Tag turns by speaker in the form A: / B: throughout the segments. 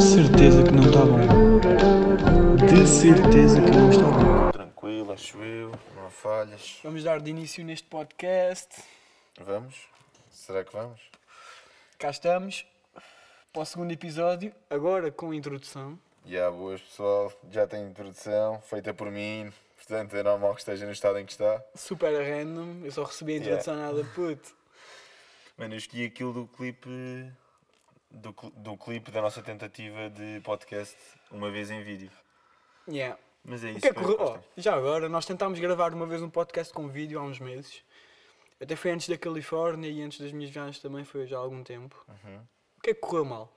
A: Certeza que não está bom. De certeza que não está bom.
B: Tranquilo, acho eu, não há falhas.
A: Vamos dar de início neste podcast.
B: Vamos? Será que vamos?
A: Cá estamos. Para o segundo episódio, agora com a introdução.
B: E há boas pessoal, já tem introdução feita por mim, portanto é normal que esteja no estado em que está.
A: Super random. Eu só recebi a introdução nada puto.
B: Mano, eu escolhi aquilo do clipe do, cl- do clipe da nossa tentativa de podcast uma vez em vídeo.
A: Yeah.
B: Mas é isso.
A: O que é que
B: espero
A: correu?
B: gostem.
A: Oh, já agora, nós tentámos gravar uma vez um podcast com vídeo há uns meses. Até foi antes da Califórnia e antes das minhas viagens também, foi já há algum tempo.
B: Uhum.
A: O que é que correu mal?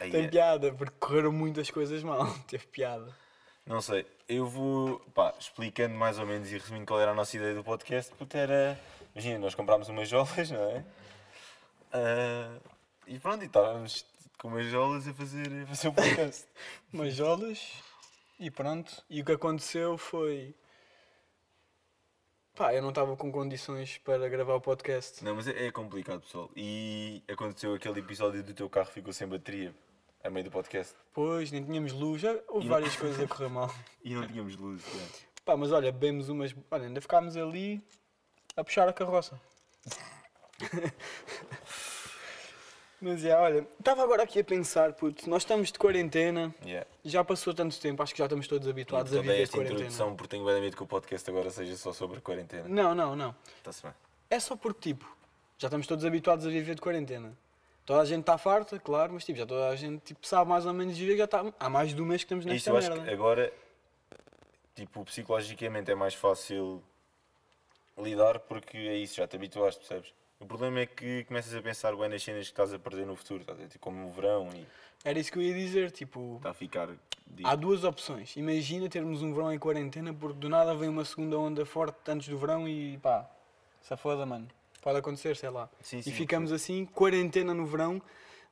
B: Aí
A: Oh, Tem
B: é.
A: piada, porque correram muitas coisas mal. Teve piada.
B: Não sei, eu vou pá, explicando mais ou menos e resumindo qual era a nossa ideia do podcast, porque era. Imagina, nós comprámos umas jolas, não é? Ah, e pronto, e estávamos com umas jolas a fazer, a fazer o podcast.
A: Majolas e pronto. E o que aconteceu foi. Pá, eu não estava com condições para gravar o podcast.
B: não, mas é, é complicado, pessoal. E aconteceu aquele episódio do teu carro que ficou sem bateria, a meio do podcast.
A: Pois, nem tínhamos luz, já houve várias coisas a correr mal.
B: E não tínhamos luz. né?
A: Pá, mas olha, bebemos umas. Olha, ainda ficámos ali a puxar a carroça. mas é, olha, estava agora aqui a pensar, puto, nós estamos de quarentena,
B: Yeah.
A: já passou tanto tempo, acho que já estamos todos habituados a
B: Portanto, é
A: viver de
B: esta
A: quarentena.
B: introdução, porque tenho bem medo que o podcast agora seja só sobre quarentena.
A: Não, não, não.
B: Está-se bem.
A: É só porque, tipo, já estamos todos habituados a viver de quarentena. Toda a gente está farta, claro, mas tipo, já toda a gente tipo, sabe mais ou menos viver, já está. Há mais de um mês que estamos
B: Isto
A: nesta
B: eu acho que
A: merda.
B: agora, tipo, psicologicamente é mais fácil lidar porque é isso, já te habituaste, percebes? O problema é que começas a pensar bem nas cenas que estás a perder no futuro, estás a ver? Tipo, como o verão e
A: Era isso que eu ia dizer, tipo,
B: está a ficar. de-
A: há duas opções. Imagina termos um verão em quarentena porque do nada vem uma segunda onda forte antes do verão e pá, se foda, mano. Pode acontecer, sei lá.
B: Sim,
A: e
B: sim,
A: ficamos assim, quarentena no verão,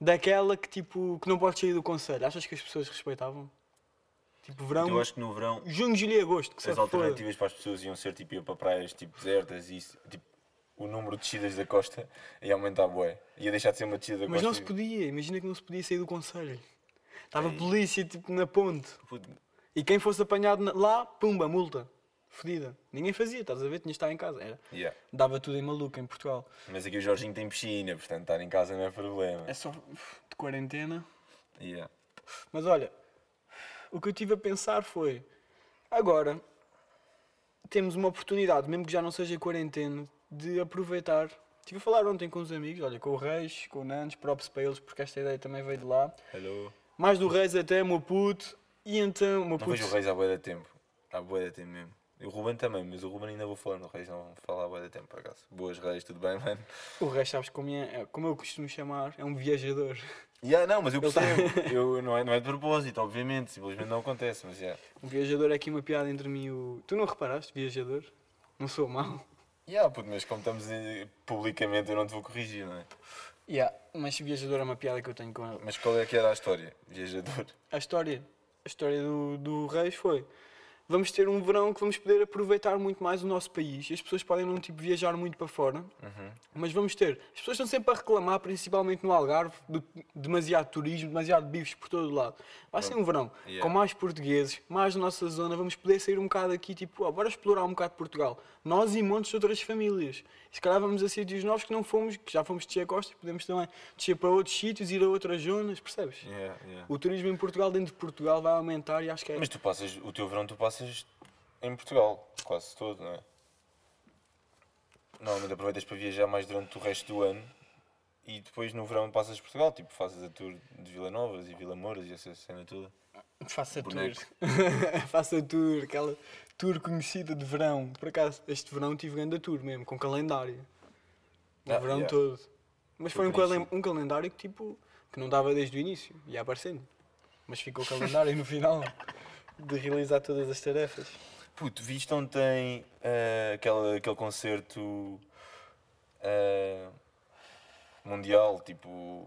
A: daquela que tipo, que não podes sair do conselho. Achas que as pessoas respeitavam? Tipo, verão,
B: Então, Eu acho que no verão
A: junho, julho e agosto, que se
B: as
A: foda.
B: alternativas para as pessoas iam ser tipo ir para praias tipo desertas e isso, tipo, o número de descidas da costa ia aumentar, bué. Ia deixar de ser uma descida da
A: Mas
B: costa.
A: não se podia, imagina que não se podia sair do conselho. Estava a polícia tipo na ponte.
B: Puto,
A: E quem fosse apanhado na- lá, pumba, multa. Fodida. Ninguém fazia, estás a ver? Tinha de estar em casa. Era.
B: yeah.
A: Dava tudo em maluco em Portugal.
B: Mas aqui o Jorginho tem piscina, portanto estar em casa não é problema.
A: É só uf, de quarentena.
B: Yeah.
A: Mas olha, o que eu tive a pensar foi: agora temos uma oportunidade, mesmo que já não seja quarentena, de aproveitar. Estive a falar ontem com os amigos, olha, com o Reis, com o Nantes, props para eles, porque esta ideia também veio de lá.
B: Hello.
A: Mais do Reis até, meu puto. E então, meu
B: Não
A: puto.
B: vejo o Reis há boia de tempo. Há boia de tempo mesmo. E o Ruben também, mas o Ruben ainda vou falar no Reis, não vou falar há boia de tempo, por acaso. Boas Reis, tudo bem, mano?
A: O Reis, sabes como, é, é- como eu costumo chamar, é um viajador.
B: Yeah, não, mas eu percebo. Eu, não, é, não é de propósito, obviamente, simplesmente não acontece, mas yeah.
A: Um viajador é aqui uma piada entre mim e o. Tu não reparaste, viajador? Não sou mau.
B: Yeah, puto, mas como estamos eh, publicamente, eu não te vou corrigir, não é?
A: Yeah, mas viajador é uma piada que eu tenho com ele.
B: Mas qual é que era a história? Viajador.
A: A história, a história do, do Reis foi: vamos ter um verão que vamos poder aproveitar muito mais o nosso país. As pessoas podem não tipo, viajar muito para fora, mas vamos ter. As pessoas estão sempre a reclamar, principalmente no Algarve, do demasiado turismo, demasiado bifes por todo o lado. Vai ser um verão
B: Yeah.
A: com mais portugueses, mais da nossa zona, vamos poder sair um bocado aqui, tipo, ó, bora explorar um bocado Portugal. Nós e montes de outras famílias. E se calhar vamos a sítios novos que não fomos, que já fomos descer a costa, podemos também descer para outros sítios, ir a outras zonas, percebes?
B: Yeah, yeah.
A: O turismo em Portugal, dentro de Portugal, vai aumentar e acho que é.
B: Mas tu passas, o teu verão tu passas em Portugal, quase todo, não é? Normalmente aproveitas para viajar mais durante o resto do ano e depois no verão passas por Portugal, tipo fazes a tour de Vila Novas e Vila Mouras e essa cena toda.
A: Faça tour.
B: Boneco.
A: Faça tour, aquela tour conhecida de verão. Por acaso, este verão tive grande tour mesmo, com calendário. O
B: Ah,
A: verão
B: yeah.
A: todo. Mas foi um,
B: por isso.
A: calen- um calendário que tipo. que não dava desde o início, ia aparecendo. Mas ficou o calendário no final de realizar todas as tarefas.
B: Puto, viste onde tem ah, aquela, aquele concerto ah, mundial, tipo.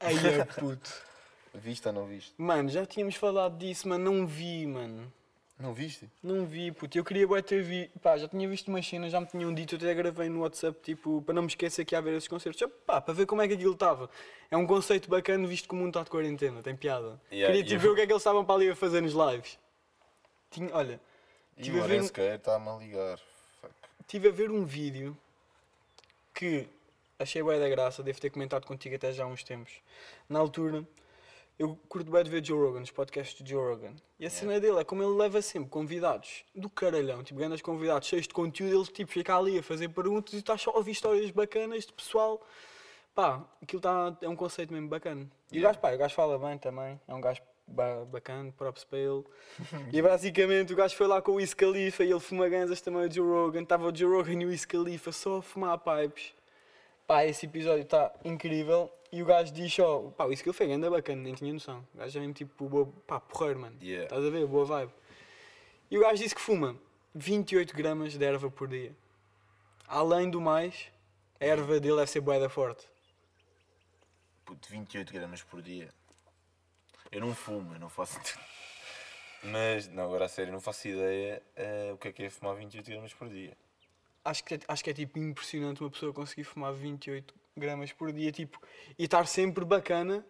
A: Aí é puto.
B: Viste ou não viste?
A: Mano, já tínhamos falado disso, mas não vi, mano.
B: Não viste?
A: Não vi, puto. Eu queria bué ter vi. Pá, já tinha visto umas cenas, já me tinham dito, eu até gravei no WhatsApp, tipo, para não me esquecer que ia haver esses concertos. Só, Pá, para ver como é que aquilo estava. É um conceito bacana visto que o mundo está de quarentena, tem piada.
B: Yeah,
A: queria tipo,
B: eu-
A: ver o que é que eles estavam para ali a fazer nos lives. Tinha, olha,
C: E
A: Tive
C: o
A: a ver
C: Orense
A: um-
C: Queiro está-me a ligar. Fuck.
A: estive a ver um vídeo que achei bué da graça, devo ter comentado contigo até já há uns tempos. Na altura, eu curto bem de ver Joe Rogan, os podcasts de Joe Rogan. E a cena dele é como ele leva sempre convidados do caralhão, tipo, grandes convidados cheios de conteúdo, ele tipo fica ali a fazer perguntas e estás só a ouvir histórias bacanas de pessoal. Pá, aquilo tá, é um conceito mesmo bacana. E o gajo, pá, o gajo fala bem também, é um gajo ba- bacana, próprio para ele. E basicamente o gajo foi lá com o Wiz Khalifa e ele fuma ganzas também o Joe Rogan. Estava o Joe Rogan e o Wiz Khalifa só a fumar pipes. Pá, esse episódio está incrível. E o gajo diz só, pá, o Wiz Khalifa é ganda bacana, nem tinha noção. O gajo é mesmo tipo, boa, pá, porreiro, mano.
B: Yeah.
A: Estás a ver? Boa vibe. E o gajo disse que fuma 28 gramas de erva por dia. Além do mais, a erva dele deve ser boeda forte.
C: Puto, 28 gramas por dia. Eu não fumo, eu não faço.
B: Mas, não, agora a sério, não faço ideia eh, o que é que é fumar 28 gramas por dia.
A: acho que, é- acho que é tipo impressionante uma pessoa conseguir fumar 28 gramas por dia tipo, e estar sempre bacana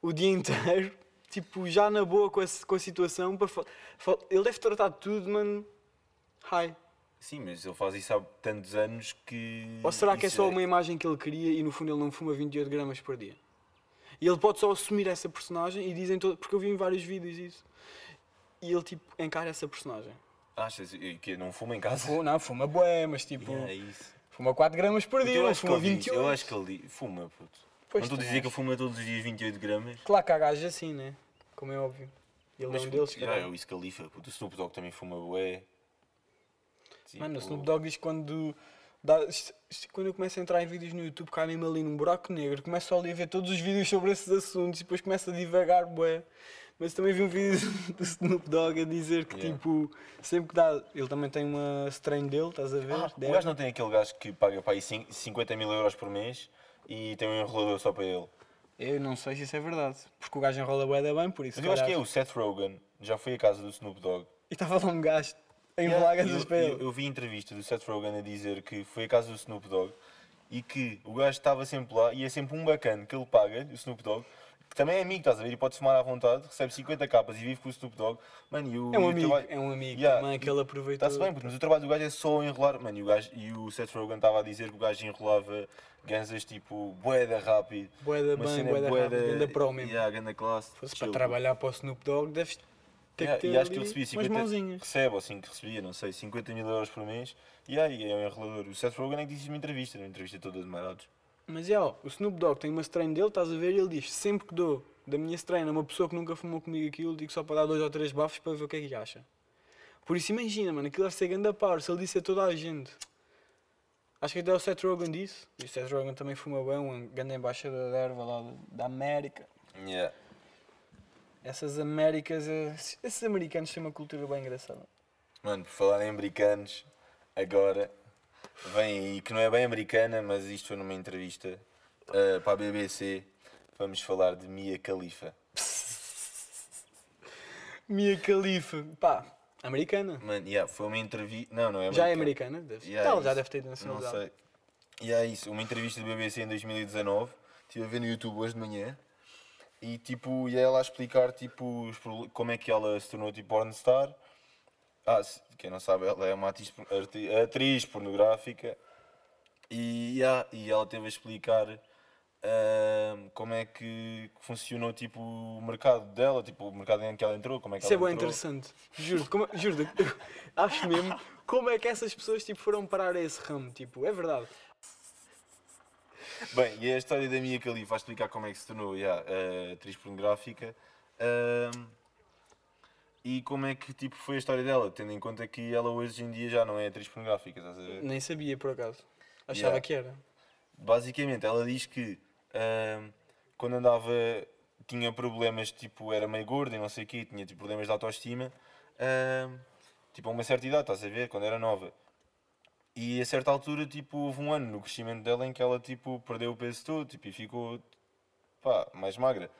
A: o dia inteiro, tipo, já na boa com a, si- com a situação. Para fa- fa- ele deve tratar de tudo, mano. Hi.
B: Sim, mas ele faz isso há tantos anos que.
A: Ou será que é
B: isso
A: só uma imagem que ele queria e no fundo ele não fuma 28 gramas por dia? E ele pode só assumir essa personagem e dizem todo. Porque eu vi em vários vídeos isso. E ele tipo encara essa personagem.
B: Achas eh, que não fuma em casa?
A: Ou não, fuma bué, mas tipo.
B: Yeah, é isso.
A: Fuma 4 gramas por dia,
B: eu,
A: não
B: acho que
A: fuma
B: ele diz,
A: 28.
B: eu acho que ele diz- fuma, puto. não
A: Pois
B: estou a
A: também
B: dizer que ele fuma todos os dias 28 gramas.
A: Claro que há gajos assim, né? Como é óbvio. Ele
B: Mas
A: é um
B: puto,
A: deles,
B: yeah,
A: caralho.
B: é o Wiz Khalifa, puto. O Snoop Dogg também fuma bué.
A: Mano, o Snoop
B: Tipo,
A: Dogg diz que quando, dá- isto- isto- quando eu começo a entrar em vídeos no YouTube, cai mesmo ali num buraco negro, começo ali a ver todos os vídeos sobre esses assuntos e depois começo a divagar, bué. Mas também vi um vídeo do Snoop Dogg a dizer que,
B: Yeah.
A: tipo, sempre que dá. Ele também tem uma strain dele, estás a ver?
B: Ah,
A: De
B: o gajo não tem aquele gajo que paga para aí cin- 50 mil euros por mês e tem um enrolador só para ele.
A: Eu não sei se isso é verdade, porque o gajo enrola bué da bem, por isso.
B: Mas eu acho que é
A: calhar.
B: o Seth Rogen. Já foi à casa do Snoop Dogg.
A: E estava lá um gajo a enrolar
B: Yeah,
A: gajas
B: eu-
A: para
B: Eu,
A: ele.
B: eu vi entrevista do Seth Rogen a dizer que foi à casa do Snoop Dogg e que o gajo estava sempre lá e é sempre um bacana que ele paga, o Snoop Dogg, que também é amigo, estás a ver? E pode fumar à vontade, recebe 50 capas e vive com o Snoop Dogg. Mano, e o,
A: É
B: e
A: um
B: o
A: amigo,
B: trabalho-
A: é um amigo
B: Yeah,
A: também que
B: e-
A: ele aproveitou.
B: Está-se bem, puto, mas o trabalho do gajo é só enrolar. Mano, e o, gajo, e o Seth Rogen estava a dizer que o gajo enrolava ganzas tipo boeda rápido.
A: Bué da
B: Uma
A: bem,
B: cena
A: bué da
B: bué
A: rápido,
B: da-
A: ganda pro mesmo.
B: Yeah, ganda classe.
A: fosse
B: chill,
A: para
B: puto.
A: trabalhar para o Snoop Dogg, deves ter
B: Yeah,
A: que ter
B: e acho que ele
A: ali
B: recebia
A: umas
B: 50,
A: mãozinhas.
B: recebe, ou assim que recebia, não sei, 50 mil euros por mês. E aí é um enrolador. O Seth Rogen é que disse numa entrevista, numa entrevista toda de Marados.
A: Mas é, ó, o Snoop Dogg tem uma strain dele, estás a ver, e ele diz, sempre que dou da minha strain a uma pessoa que nunca fumou comigo aquilo, digo só para dar dois ou três bafos para ver o que é que acha. Por isso imagina, mano, aquilo deve ser grande a par, se ele disse a toda a gente. Acho que até o Seth Rogen disse, e o Seth Rogen também fuma bem, um grande embaixador da erva lá da- da América.
B: Yeah.
A: Essas Américas, eh, esses americanos têm uma cultura bem engraçada.
B: Mano, por falar em americanos, agora vem aí, que não é bem americana, mas isto foi numa entrevista ah, para a BBC. Vamos falar de Mia Khalifa.
A: Mia Khalifa, pá, americana.
B: Mano, yeah, foi uma entrevista. Não, não é
A: Já é americana? Deve ser.
B: Yeah, é
A: Ela já
B: isso.
A: deve ter
B: Não
A: nacionalidade.
B: sei. E é isso, uma entrevista do BBC em 2019, estive a ver no YouTube hoje de manhã, e tipo, e ela a explicar tipo, os prole- como é que ela se tornou tipo pornstar. Ah, se- quem não sabe, ela é uma atriz, por- arti- atriz pornográfica e, ah, e ela teve a explicar ahm, como é que funcionou tipo, o mercado dela, tipo, o mercado em que ela entrou, como é que
A: Isso é
B: ela
A: bem
B: entrou.
A: interessante. Juro, como, juro, acho mesmo como é que essas pessoas tipo, foram parar a esse ramo. Tipo, é verdade.
B: Bem, e é a história da Mia Khalifa a explicar como é que se tornou yeah, eh, atriz pornográfica ahm, e como é que tipo, foi a história dela, tendo em conta que ela hoje em dia já não é atriz pornográfica, estás a ver?
A: Nem sabia por acaso. Achava
B: Yeah.
A: que era.
B: Basicamente, ela diz que ahm, quando andava tinha problemas, tipo, era meio gorda e não sei o quê, tinha tipo, problemas de autoestima, ahm, tipo, a uma certa idade, estás a ver, quando era nova. E a certa altura, tipo, houve um ano no crescimento dela em que ela, tipo, perdeu o peso todo, tipo, e ficou, pá, mais magra.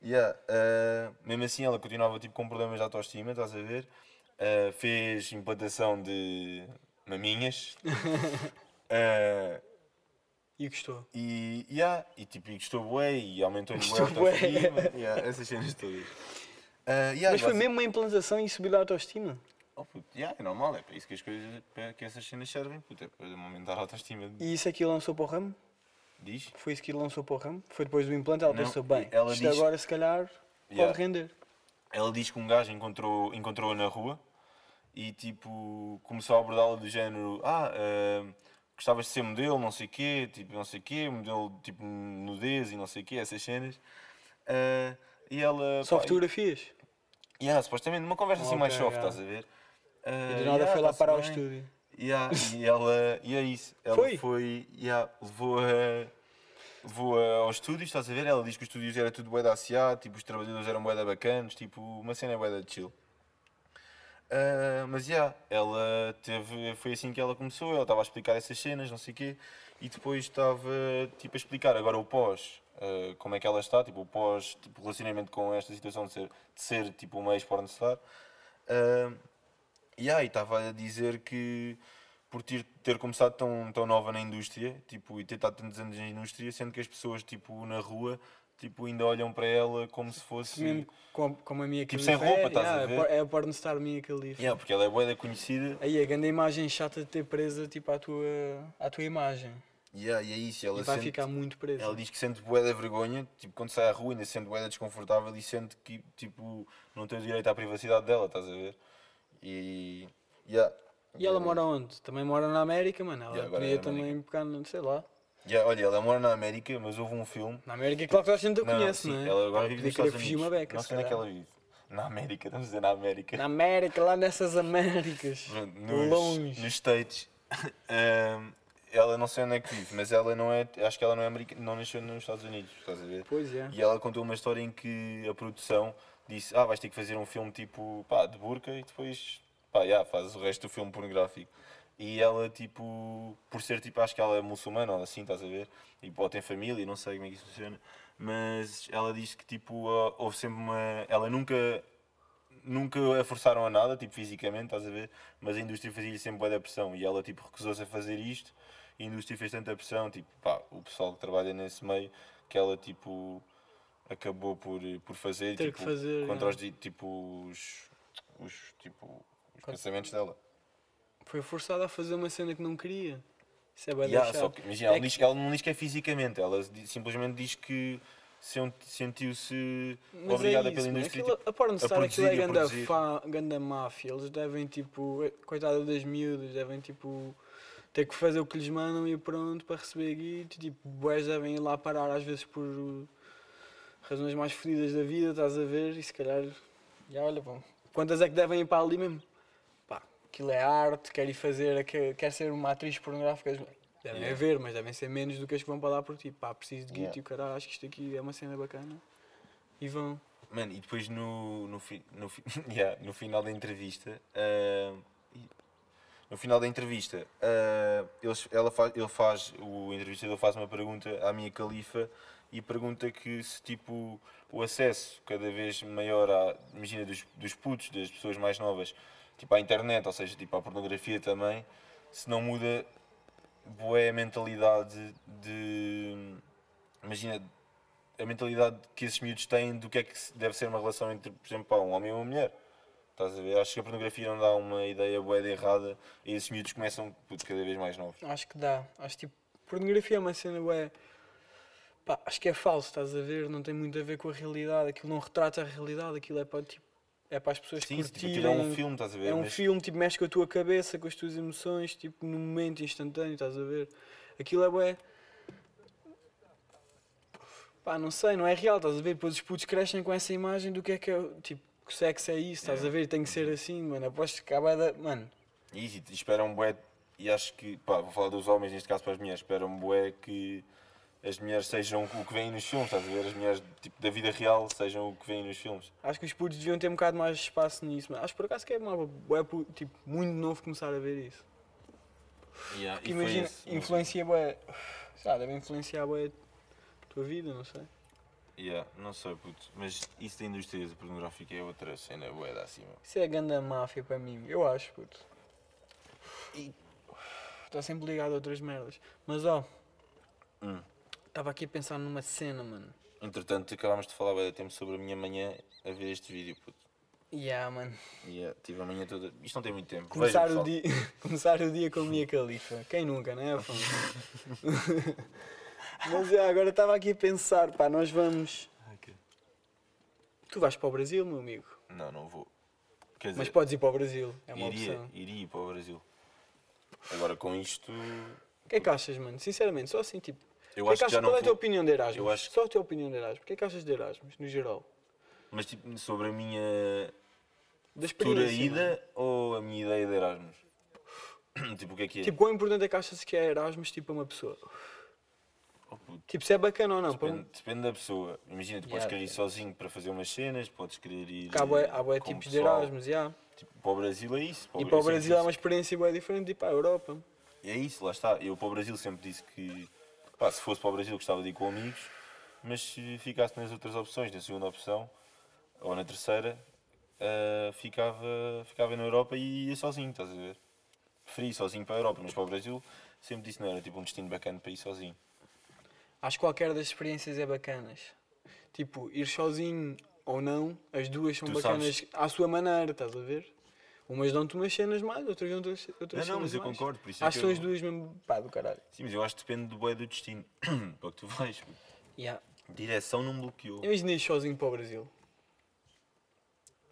B: Yeah, ah, mesmo assim, ela continuava, tipo, com problemas de autoestima, estás a ver? eh, fez implantação de maminhas. Eh,
A: E gostou.
B: e, yeah, e tipo, e gostou bué e aumentou-lhe bué a
A: Gostou bué.
B: autoestima. Yeah, essas cenas todas. Eh, yeah,
A: Mas foi
B: gosto-
A: mesmo uma implantação e subir a autoestima.
B: Oh, puto, yeah, é normal, é para isso que as coisas, para que essas cenas servem, puto, é para aumentar a autoestima.
A: E isso é que ele lançou para o ramo?
B: Diz?
A: Foi isso que ele lançou para o ramo? Foi depois do implante? Ela
B: Não,
A: pensou, bem,
B: ela
A: isto
B: diz-
A: agora se calhar
B: Yeah.
A: pode render.
B: Ela diz que um gajo encontrou, encontrou-a na rua e tipo começou a abordá-la do género Ah, ah, gostavas de ser modelo, não sei o quê, tipo não sei o quê, modelo tipo nudez e não sei o quê, essas cenas. Ah, e ela.
A: Só
B: pá,
A: fotografias.
B: e- Yeah, supostamente, numa conversa assim mais
A: Ok,
B: soft,
A: yeah.
B: estás a ver?
A: E
B: Ah,
A: do nada
B: yeah,
A: foi lá
B: tá-se
A: para o
B: bem.
A: estúdio.
B: Yeah, e ela. E é isso. Ela
A: Foi?
B: foi. yeah, levou a. Levou a, ao estúdio, estás a ver? Ela diz que os estúdios era tudo bué da ACA, tipo, os trabalhadores eram bué da bacanas, tipo, uma cena bué da chill. Ah, mas já, ela teve. Foi assim que ela começou, ela estava a explicar essas cenas, não sei o quê, e depois estava tipo, a explicar agora o pós, ah, como é que ela está, tipo, o pós, tipo, relacionamento com esta situação de ser, de ser tipo uma ex-pornstar. Ah, e aí estava a dizer que por ter, ter começado tão, tão nova na indústria tipo, e ter estado tantos anos na indústria, sendo que as pessoas tipo, na rua tipo, ainda olham para ela como se fosse.
A: Mesmo com, como a minha
B: Tipo,
A: Khalifa
B: sem
A: é,
B: roupa, estás a
A: yeah,
B: ver?
A: é por- É a pornstar minha Khalifa.
B: Yeah, porque ela é boeda conhecida.
A: Aí a grande imagem chata de ter presa tipo, à, tua, à tua imagem.
B: Yeah, e é isso, ela
A: e vai
B: sente-
A: ficar muito presa.
B: Ela diz que sente boeda vergonha, tipo, quando sai à rua ainda sente boeda desconfortável e sente que, tipo, não tem o direito à privacidade dela, estás a ver? E... Yeah.
A: E ela mora onde? Também mora na América, mano. Ela
B: Yeah, agora é
A: podia
B: na
A: também pegar, no- sei lá.
B: Yeah, olha, ela mora na América, mas houve um filme...
A: Na América, claro que toda a gente a
B: Não,
A: conhece,
B: sim,
A: não, é?
B: Ela agora vive
A: Podia
B: nos
A: querer
B: Estados
A: fugir
B: Unidos.
A: uma beca,
B: Não
A: se
B: sei onde é que
A: calhar.
B: ela vive. Na América, estamos a dizer na América.
A: Na América, lá nessas Américas.
B: Pronto, nos,
A: Longe.
B: nos States. Ahm, ela não sei onde é que vive, mas ela não é. Acho que ela não é americana, não nasceu nos Estados Unidos, estás a ver?
A: Pois é.
B: E ela contou uma história em que a produção disse: Ah, vais ter que fazer um filme tipo pá, de burca e depois pá, yeah, fazes o resto do filme pornográfico. E ela, tipo, por ser tipo, acho que ela é muçulmana ou assim, estás a ver? E pô, tem família, não sei como é que isso funciona. Mas ela diz que, tipo, ah, houve sempre uma. Ela nunca nunca a forçaram a nada, tipo, fisicamente, estás a ver? Mas a indústria fazia-lhe sempre bué da pressão e ela, tipo, recusou-se a fazer isto e a indústria fez tanta pressão, tipo, pá, o pessoal que trabalha nesse meio, que ela, tipo, acabou por, por fazer,
A: Ter
B: tipo,
A: que fazer,
B: contra
A: é.
B: os, di- tipo, os, os, tipo, os pensamentos dela.
A: Foi forçada a fazer uma cena que não queria. Isso é bem
B: Yeah,
A: deixado.
B: só que, imagina, ela,
A: É
B: diz, ela não diz que é fisicamente, ela di- simplesmente diz que sent- sentiu-se
A: Mas
B: obrigada
A: é
B: pela
A: isso, mano.
B: indústria.
A: Aquilo,
B: tipo,
A: a pornstar, aquilo
B: produzir
A: é
B: e a
A: ganda,
B: produzir.
A: fa, ganda máfia. Eles devem, tipo, eh, coitada das miúdas, devem, tipo, ter que fazer o que lhes mandam e pronto, para receber guito. Tipo, boés devem ir lá parar, às vezes, por eh, razões mais fodidas da vida, estás a ver? E se calhar, já olha, bom. Quantas é que devem ir para ali mesmo? Pá, aquilo é arte, quer ir fazer, quer, quer ser uma atriz pornográfica. eles- Devem
B: Yeah.
A: haver, mas devem ser menos do que as que vão para lá por ti. Pá, preciso de guito
B: Yeah.
A: e o caralho, acho que isto aqui é uma cena bacana. E vão.
B: Mano, e depois no, no, fi- no, fi- yeah, no final da entrevista. ah, e- no final da entrevista, ah, eles, ela faz, ele faz, o entrevistador faz uma pergunta à minha califa e pergunta que se tipo o acesso cada vez maior à, imagina, dos, dos putos, das pessoas mais novas, tipo à internet, ou seja, tipo à pornografia também, se não muda boa a mentalidade de imagina a mentalidade que esses miúdos têm do que é que se- deve ser uma relação entre, por exemplo, pá, um homem e uma mulher. Estás a ver? Acho que a pornografia não dá uma ideia boa de errada e esses miúdos começam puto, cada vez mais novos.
A: Acho que dá. Acho que tipo, pornografia é uma cena, ué. Pá, acho que é falso, estás a ver? Não tem muito a ver com a realidade. Aquilo não retrata a realidade. Aquilo é para, tipo, é para as pessoas
B: Sim, tipo,
A: curtirem.
B: aquilo é um filme, estás a ver?
A: É um
B: Mas-
A: filme, tipo, mexe com a tua cabeça, com as tuas emoções, tipo, no momento instantâneo, estás a ver? Aquilo é, ué. Pá, não sei, não é real, estás a ver? Depois os putos crescem com essa imagem do que é que é. o- Tipo, que sexo é isso, estás a ver? Tem que ser assim, mano. Aposto que acaba da. Mano.
B: E isso, e esperam bué, e acho que, pá, vou falar dos homens neste caso para as mulheres, esperam bué que as mulheres sejam o que vêm nos filmes, estás a ver? As mulheres tipo, da vida real sejam o que vêm nos filmes.
A: Acho que os putos deviam ter um bocado mais espaço nisso, mas acho por acaso que é, uma, é tipo, muito novo começar a ver isso.
B: Yeah,
A: Que imagina, influencia bué, sei lá, deve influenciar bué a tua vida, não sei.
B: Yeah, não sei, puto. Mas isso da indústria pornográfica é outra cena bué de acima.
A: Isso é a ganda máfia para mim, eu acho, puto.
B: E-
A: Está sempre ligado a outras merdas. Mas ó,
B: Hum.
A: estava aqui a pensar numa cena, mano.
B: Entretanto, acabámos de falar bué de tempo sobre a minha manhã a ver este vídeo, puto.
A: Yeah, mano.
B: Yeah, tive a manhã toda... Isto não tem muito tempo.
A: Começar,
B: Vejam,
A: o, dia, começar o dia com a minha califa. Quem nunca, né, Afonso? Mas já, agora estava aqui a pensar, pá, nós vamos.
B: pessoal.
A: Tu vais para o Brasil, meu amigo.
B: Não, não vou. Quer dizer,
A: Mas podes ir para o Brasil, é uma
B: iria,
A: opção.
B: iria para o Brasil. Agora com isto...
A: O que é que achas, mano? Sinceramente, só assim, tipo.
B: Eu
A: o que
B: acho
A: é que
B: que já
A: achas,
B: não
A: qual é a tua
B: vou.
A: opinião de Erasmus?
B: Eu acho que-
A: Só a tua opinião de Erasmus. O que é que achas de Erasmus, no geral?
B: Mas tipo, sobre a minha
A: Da
B: futura
A: experiência. é? mano.
B: ida ou a minha ideia de Erasmus? tipo, o que é que é?
A: Tipo, quão importante é que achas que é Erasmus, tipo, a uma pessoa?
B: Oh, puto,
A: Tipo, se é bacana ou não. para um-
B: depende, depende da pessoa. Imagina, tu
A: Yeah,
B: podes querer ir
A: yeah.
B: sozinho para fazer umas cenas, podes querer ir.
A: Porque há bué,
B: eh,
A: há bué
B: com
A: tipos de
B: pessoal.
A: Erasmus, yeah.
B: Tipo, para o Brasil é isso.
A: E para o
B: eu sempre
A: Brasil é
B: disse-
A: uma experiência bem diferente e para a Europa.
B: É isso, lá está. Eu para o Brasil sempre disse que pá, se fosse para o Brasil gostava de ir com amigos, mas se ficasse nas outras opções, na segunda opção ou na terceira, ah, ficava, ficava na Europa e ia sozinho, estás a ver? Preferi ir sozinho para a Europa, mas para o Brasil sempre disse não era tipo um destino bacana para ir sozinho.
A: Acho que qualquer das experiências é bacanas. Tipo, ir sozinho ou não, as duas são
B: Tu
A: bacanas
B: sabes-
A: à sua maneira, estás a ver? Umas dão-te umas cenas mais, outras dão-te outras
B: Não,
A: outras
B: não,
A: cenas
B: mas eu
A: mais.
B: concordo, por isso é
A: Acho
B: que
A: que são
B: eu-
A: as duas mesmo, pá, do caralho.
B: Sim, mas eu acho que depende do bem do destino para o que tu vais.
A: Yeah.
B: Direção não me bloqueou.
A: Imagina ir sozinho para o Brasil.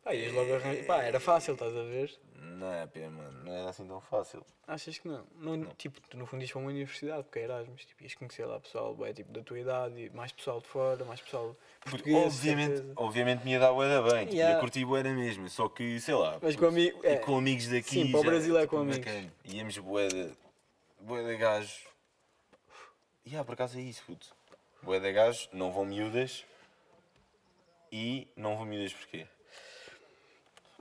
A: Pá, ias logo arranjar. Pá, era fácil, estás a ver?
B: Não é, pena, mano, não era assim tão fácil.
A: Achas que não? não, Tipo, tu no fundo ias para uma universidade, porque é Erasmus, tipo, ias conhecer lá pessoal, bué, tipo, da tua idade, e mais pessoal de fora, mais pessoal
B: Porque,
A: português.
B: obviamente,
A: certeza.
B: obviamente me ia dar bué da bem, tipo,
A: Yeah.
B: ia curtir bué da mesma, só que sei lá.
A: Mas
B: puto,
A: com ami-
B: e
A: é.
B: com amigos daqui.
A: Sim, para o
B: já, tipo,
A: Brasil é com
B: bacana.
A: amigos.
B: Íamos bué de, bué de gajo. E yeah, por acaso é isso, puto. Bué de gajo, não vão miúdas. E não vão miúdas porquê?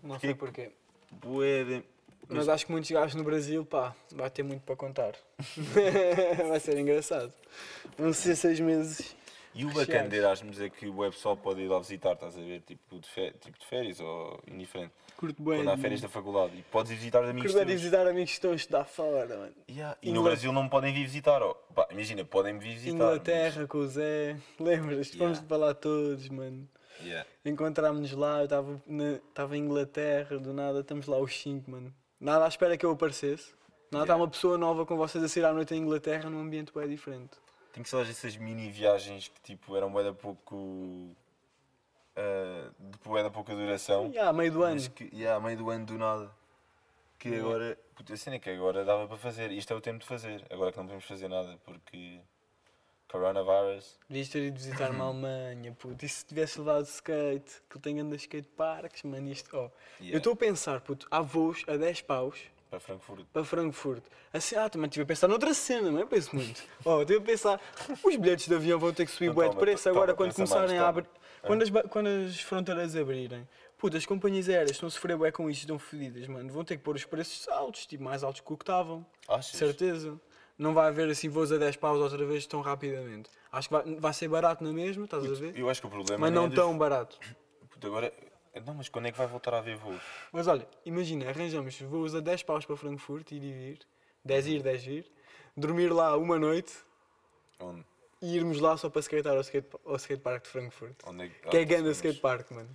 A: Não
B: Porque- é
A: sei porquê.
B: Bué de.
A: Mas acho que muitos gajos no Brasil, pá, vai ter muito para contar. vai ser engraçado. Vão ser seis meses.
B: E o bacana
A: Recheados.
B: de Erasmus é que o web pessoal pode ir lá visitar, estás a ver? Tipo de, fé- tipo de férias ou indiferente.
A: Curto bem.
B: Quando há férias da faculdade. E podes ir visitar os amigos
A: Curto bem de
B: teus.
A: visitar amigos que estão a estudar fora, mano.
B: Yeah, E no
A: é Inglaterra-
B: Brasil não me podem vir visitar. ó. Pá, imagina, podem me visitar. mas-
A: Inglaterra com o Zé, lembras-te? Fomos
B: Yeah.
A: para lá todos, mano.
B: Yeah.
A: Encontrámos-nos lá, eu estava na- estava em Inglaterra, do nada estamos lá os cinco, mano. Nada à espera que eu aparecesse. Nada, está
B: Yeah.
A: uma pessoa nova com vocês a sair à noite em Inglaterra num ambiente bem diferente.
B: Tem que ser essas mini viagens que tipo eram bué da pouco. ah, de bué da pouca duração.
A: E há meio do é ano.
B: Mas que, yeah, a meio do ano do nada. Que
A: Yeah.
B: agora. Puta, a cena é que agora dava para fazer. Isto é o tempo de fazer. Agora que não podemos fazer nada porque. Coronavirus.
A: Devias ter ido visitar-me à Alemanha, puto. E se tivesse levado skate, que eu tenho andado skate parks, mano, isto. Oh.
B: Yeah,
A: Eu estou a pensar, puto, há voos a 10 paus
B: Para Frankfurt.
A: para Frankfurt. Assim, ah, também estive a pensar noutra cena, não é? Penso muito. Oh, estive a pensar, os bilhetes de avião vão ter que subir
B: Então
A: bué de
B: toma,
A: preço
B: toma,
A: agora quando
B: pensa mais,
A: começarem a
B: toma. É.
A: abrir. Quando as, ba- quando as fronteiras abrirem. Puto, as companhias aéreas estão a sofrer bué com isto, estão fodidas, mano. Vão ter que pôr os preços altos, tipo, mais altos que o que estavam.
B: Achas?
A: Certeza. Não vai haver assim voos a 10 paus outra vez tão rapidamente. Acho que vai, vai ser barato na mesma, estás a ver?
B: Eu acho que o problema
A: Mas
B: nem é
A: não
B: dos-
A: tão barato.
B: Puta, agora. Não, mas quando é que vai voltar a haver voos?
A: Mas olha, imagina, arranjamos voos a 10 paus para Frankfurt, ir e vir, 10 ir, 10 vir, dormir lá uma noite
B: Onde,
A: e irmos lá só para skatear ao, skate, ao skatepark de Frankfurt.
B: onde é que.
A: que é
B: ah,
A: grande
B: mas
A: skatepark, mano.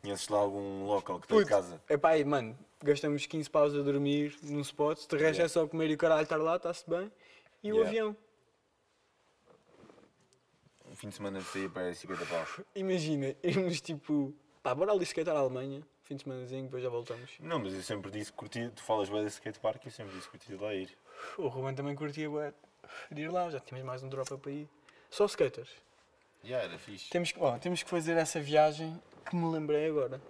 B: Conheces lá algum local que tem
A: Puto,
B: casa?
A: É pá, aí, mano, gastamos 15 paus a dormir num spot, de resto é
B: Yeah.
A: só comer e o caralho estar lá, está-se bem, e o
B: Yeah.
A: avião.
B: Um fim de semana de sair para 50 paus.
A: Imagina, irmos tipo, pá, bora ali skatear à Alemanha, fim de semanazinho, depois já voltamos.
B: Não, mas eu sempre disse que curti, tu falas bem da skatepark, eu sempre disse que curti de lá ir.
A: O Ruben também curtia bué de ir lá, já tínhamos mais um drop para ir. Só skaters.
B: Já, era fixe.
A: Temos que, bom, temos que fazer essa viagem que me lembrei agora.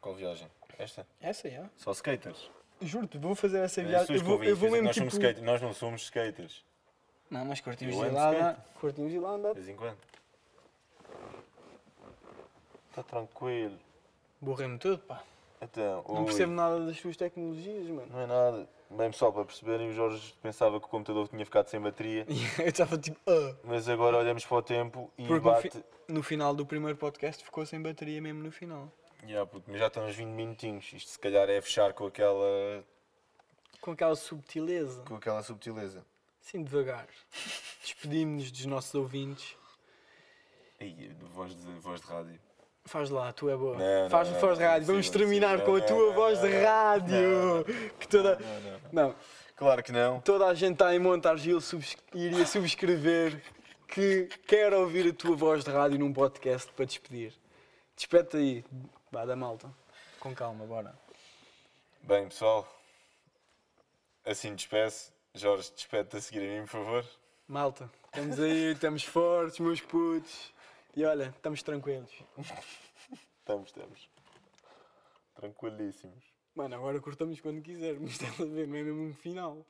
B: Qual viagem? Esta?
A: Essa, já?
B: Só skaters.
A: Juro-te, vou fazer essa
B: As
A: viagem.
B: pessoas
A: Eu
B: que
A: vou,
B: ouvem
A: eu vou
B: dizem que
A: mesmo
B: nós,
A: tipo...
B: somos um skate- nós não somos skaters,
A: Não, mas curtimos
B: Eu
A: de ir
B: ando
A: lá,
B: skate.
A: andar. Curtimos de ir lá
B: de
A: andar.
B: vez em quando. Está Tá tranquilo.
A: Borrei-me tudo, pá.
B: Então,
A: Não
B: ui,
A: percebo nada das suas tecnologias, mano.
B: não é nada. Bem pessoal, para perceberem, o Jorge pensava que o computador tinha ficado sem bateria,
A: eu estava tipo. "Ah".
B: mas agora olhamos para o tempo e
A: Porque no,
B: bate.
A: fi- no final do primeiro podcast ficou sem bateria mesmo no final.
B: Ya, puto, mas já estão uns 20 minutinhos. Isto se calhar é fechar com aquela.
A: Com aquela subtileza.
C: Com aquela subtileza.
A: Assim devagar. Despedimos-nos dos nossos ouvintes.
B: Ih, voz de, voz de rádio.
A: Faz lá, a tua é boa.
B: Não, não,
A: Faz
B: não,
A: voz de
B: não,
A: rádio.
B: não,
A: Vamos
B: sim,
A: terminar
B: sim,
A: com a
B: não,
A: tua
B: não,
A: voz de
B: não,
A: rádio. Que toda. Não,
B: Claro que não.
A: toda a gente está em Monte Argil subs- iria subscrever que quer ouvir a tua voz de rádio num podcast para despedir. Despeta aí. Vá da malta. Com calma, bora.
B: Bem pessoal, assim despeço. Jorge, despede-te a seguir a mim, por favor.
A: Malta, estamos aí, estamos fortes, meus putos. E olha, estamos tranquilos.
B: Estamos, estamos. Tranquilíssimos.
A: Mano, agora cortamos quando quisermos, estás a ver? Não é mesmo um final.